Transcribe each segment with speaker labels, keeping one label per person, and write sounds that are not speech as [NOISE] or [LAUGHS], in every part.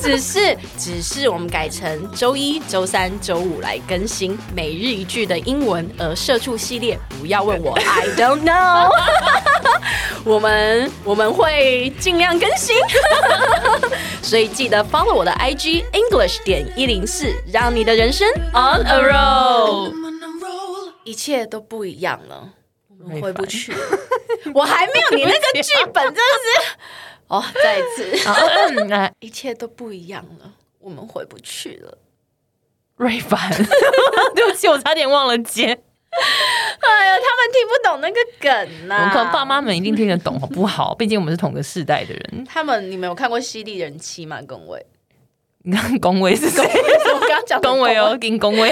Speaker 1: 只是只是我们改成周一、周三、周五来更新每日一句的英文，而社畜系列不要问 [LAUGHS] 我，I don't know [LAUGHS] 我们我们会尽量更新， [LAUGHS] 所以记得 follow 我的 IG English 点一零四，让你的人生 on a roll，一切都不一样了，我回不去了，我还没有你那个剧本，真的 [LAUGHS] 是哦，再一次，
Speaker 2: [LAUGHS] 来，
Speaker 1: 一切都不一样了，我们回不去了。
Speaker 2: 瑞
Speaker 1: [LAUGHS]
Speaker 2: 凡， [LAUGHS] 对不起，我差点忘了接。
Speaker 1: 哎呀，他们听不懂那个梗呐、
Speaker 2: 我靠，爸妈们一定听得懂，好不好？毕竟我们是同个世代的人。
Speaker 1: 他们，你们有看过《犀利人妻》吗？龚
Speaker 2: [LAUGHS]
Speaker 1: 伟，
Speaker 2: 你看恭维是谁？
Speaker 1: 我刚刚讲的
Speaker 2: 恭维哦，给你恭维。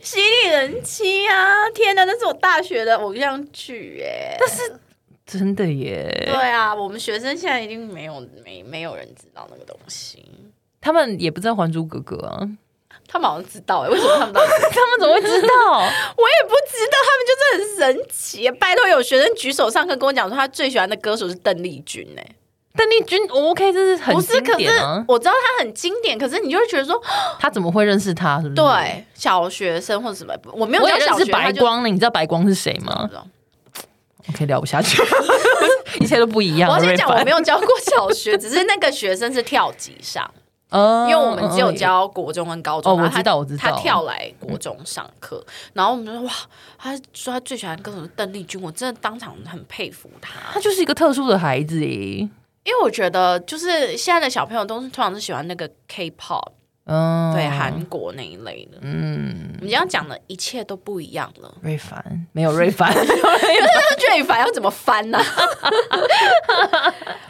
Speaker 1: 犀利人妻啊！天哪，那是我大学的偶像剧哎、
Speaker 2: 真的耶，
Speaker 1: 对啊，我们学生现在已经没有没没有人知道那个东西，
Speaker 2: 他们也不知道《还珠格格》啊，
Speaker 1: 他们好像知道哎、为什么 [LAUGHS] 他们
Speaker 2: [LAUGHS]
Speaker 1: 都？我
Speaker 2: 他们怎么会知 [LAUGHS] 道？
Speaker 1: 也不知道，他们就是很神奇、拜托，有学生举手上课跟我讲说，他最喜欢的歌手是邓丽君哎、
Speaker 2: 邓丽君我，OK，这是很
Speaker 1: 不是？
Speaker 2: 经
Speaker 1: 可是
Speaker 2: 典啊。
Speaker 1: 我知道他很经典，可是你就会觉得说，
Speaker 2: 他怎么会认识他？是不是？，
Speaker 1: 对小学生或者什么，我没有
Speaker 2: 嗯我
Speaker 1: 讲
Speaker 2: 也
Speaker 1: 小
Speaker 2: 认
Speaker 1: 学
Speaker 2: 识白。光呢。你知道白光是谁
Speaker 1: 他 [LAUGHS]
Speaker 2: 吗
Speaker 1: 就
Speaker 2: ？OK，聊不下去， [LAUGHS] 一切都不一样。
Speaker 1: 我要先讲，我没
Speaker 2: 有，
Speaker 1: 有教过小学， [LAUGHS] 只是那个学生是跳级上，
Speaker 2: 嗯
Speaker 1: 因为我们只有。教国中跟高中。
Speaker 2: 哦
Speaker 1: 然后他
Speaker 2: 我知道我知道
Speaker 1: 他跳来国中上课，然后我们就说哇，他说他最喜欢歌手是邓丽君，我真的当场很佩服他
Speaker 2: 他，就是一个特殊的孩子耶，
Speaker 1: 因为我觉得就是现在的小朋友都是通常是喜欢那个 K-pop，
Speaker 2: 嗯，
Speaker 1: 对韩国那一类的。
Speaker 2: 嗯，
Speaker 1: 我们今天讲的一切都不一样了，
Speaker 2: 瑞凡没有瑞凡，
Speaker 1: [LAUGHS] 那觉得你烦要怎么翻呢、 [LAUGHS]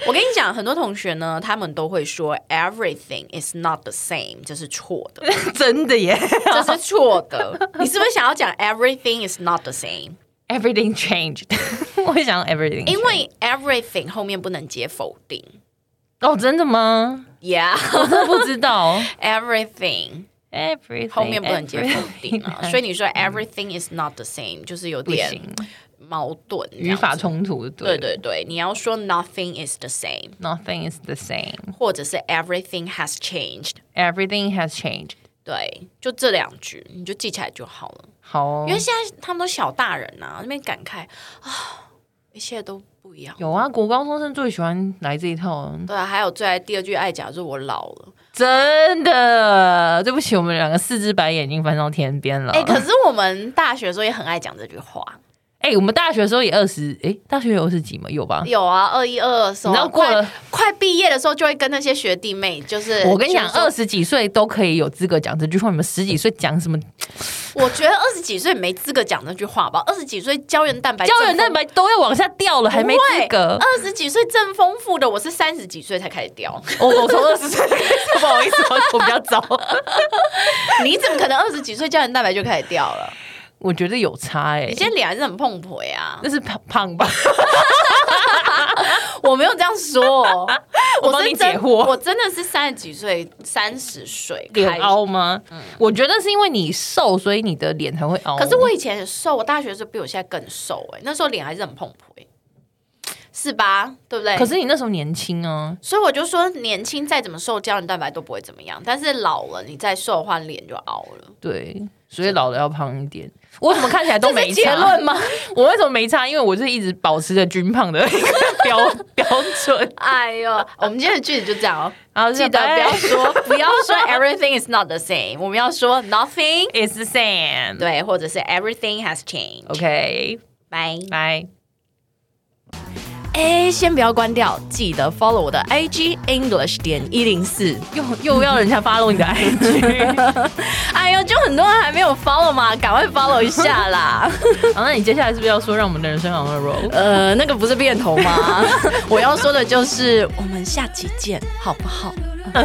Speaker 1: 我跟你讲，很多同学呢，他们都会说 everything is not the same，这是错
Speaker 2: [LAUGHS]
Speaker 1: 的。
Speaker 2: [LAUGHS] 真的耶
Speaker 1: 这是错
Speaker 2: [LAUGHS]
Speaker 1: 的。你是不是想要讲 everything is not the same？
Speaker 2: ，everything changed，我 [LAUGHS] 也想 everything，
Speaker 1: 因为 everything 后面不能接否定。
Speaker 2: 哦，真的吗？
Speaker 1: Yeah,
Speaker 2: 我真的不知道
Speaker 1: [LAUGHS] everything
Speaker 2: [LAUGHS] ，everything
Speaker 1: 后面不能接否定
Speaker 2: [LAUGHS]
Speaker 1: 啊，所以
Speaker 2: 以
Speaker 1: 你说 everything is not the same 就是有
Speaker 2: 不
Speaker 1: 点
Speaker 2: 行，
Speaker 1: 矛盾，
Speaker 2: 语法。冲突，
Speaker 1: 对对对，你要说 nothing is the same，
Speaker 2: ，nothing is the same，everything
Speaker 1: 或者是 everything has changed，
Speaker 2: has changed，
Speaker 1: 对，就这两句你就记起来就好了。
Speaker 2: 好哦，
Speaker 1: 因为现在他们都小大人啊，那边感慨啊，一切都不一样。
Speaker 2: 有啊，国高中生最喜欢来这一套啊，
Speaker 1: 对啊，还有最爱第二句爱讲就是我老了。
Speaker 2: 真的。对不起，我们两个四只白眼睛翻到天边了。
Speaker 1: 哎、
Speaker 2: 哎、
Speaker 1: 可是我们大学的时候也很爱讲这句话。
Speaker 2: 哎我们大学的时候也二十，哎，大学有二十几吗？有吧？
Speaker 1: 有啊，二一二的时候，
Speaker 2: 你知道过了
Speaker 1: 快快毕业的时候，就会跟那些学弟妹，就是
Speaker 2: 我跟你讲，
Speaker 1: 呃就是说
Speaker 2: 二十几岁都可以有资格讲这句话，你们十几岁讲什么
Speaker 1: 我觉得二十几岁没资格讲这句话吧。二十几岁胶原蛋白，
Speaker 2: 胶原蛋白都要往下掉了，还没资格。
Speaker 1: 二十几岁正丰富的，我是三十几岁才开始
Speaker 2: [LAUGHS]
Speaker 1: 掉。
Speaker 2: 我我从二十岁开始，不好意思，我比较早。 [LAUGHS]
Speaker 1: 你怎么可能二十几岁胶原蛋白就开始掉了？
Speaker 2: 我觉得有差哎、
Speaker 1: 你现在脸还是很碰婆呀、
Speaker 2: 那是胖胖吧？
Speaker 1: 我没有这样说哦，
Speaker 2: [LAUGHS] 我帮
Speaker 1: 是
Speaker 2: 你
Speaker 1: 真
Speaker 2: 解惑
Speaker 1: 我真的是三十几岁，三十岁开
Speaker 2: 脸
Speaker 1: 始
Speaker 2: 凹吗？我觉得是因为你瘦，所以你的脸才会凹。
Speaker 1: 嗯可是我以前很瘦，我大学的时候比我现在更瘦哎、那时候脸还是很蓬勃、欸，是吧？对不对？
Speaker 2: 可，是你那时候年轻啊，
Speaker 1: 所以我就说，年轻再怎么瘦，胶原蛋白都不会怎么样，但是老了你再瘦的话，脸就凹了。
Speaker 2: 对，所以老了要胖一点。我怎么看起来都没
Speaker 1: 这是
Speaker 2: 差？
Speaker 1: 结论吗？
Speaker 2: 我为什么没差？因为我就是一直保持着均胖的 [LAUGHS] 一个标标准。
Speaker 1: 哎呦，我们今天的句子就这样哦，
Speaker 2: 然后
Speaker 1: 记得不要说不要说 everything is not the same，我们要说 nothing，
Speaker 2: [LAUGHS] ，It's the same。
Speaker 1: 对，或者是 everything has changed。
Speaker 2: OK，
Speaker 1: 拜。
Speaker 2: 拜。
Speaker 1: 哎，先不要关掉，记得 follow 我的 IG English 点一零四。
Speaker 2: 又又要人家 follow 你的 IG，
Speaker 1: [LAUGHS] 哎呦，就很多人还没有 follow 嘛，赶快 follow 一下啦。
Speaker 2: [LAUGHS] 好，那你接下来是不是要说让我们的人生好好 roll？
Speaker 1: [LAUGHS] 呃，那个不是变头吗？ [LAUGHS] 我要说的就是，我们下期见，好不好？
Speaker 3: I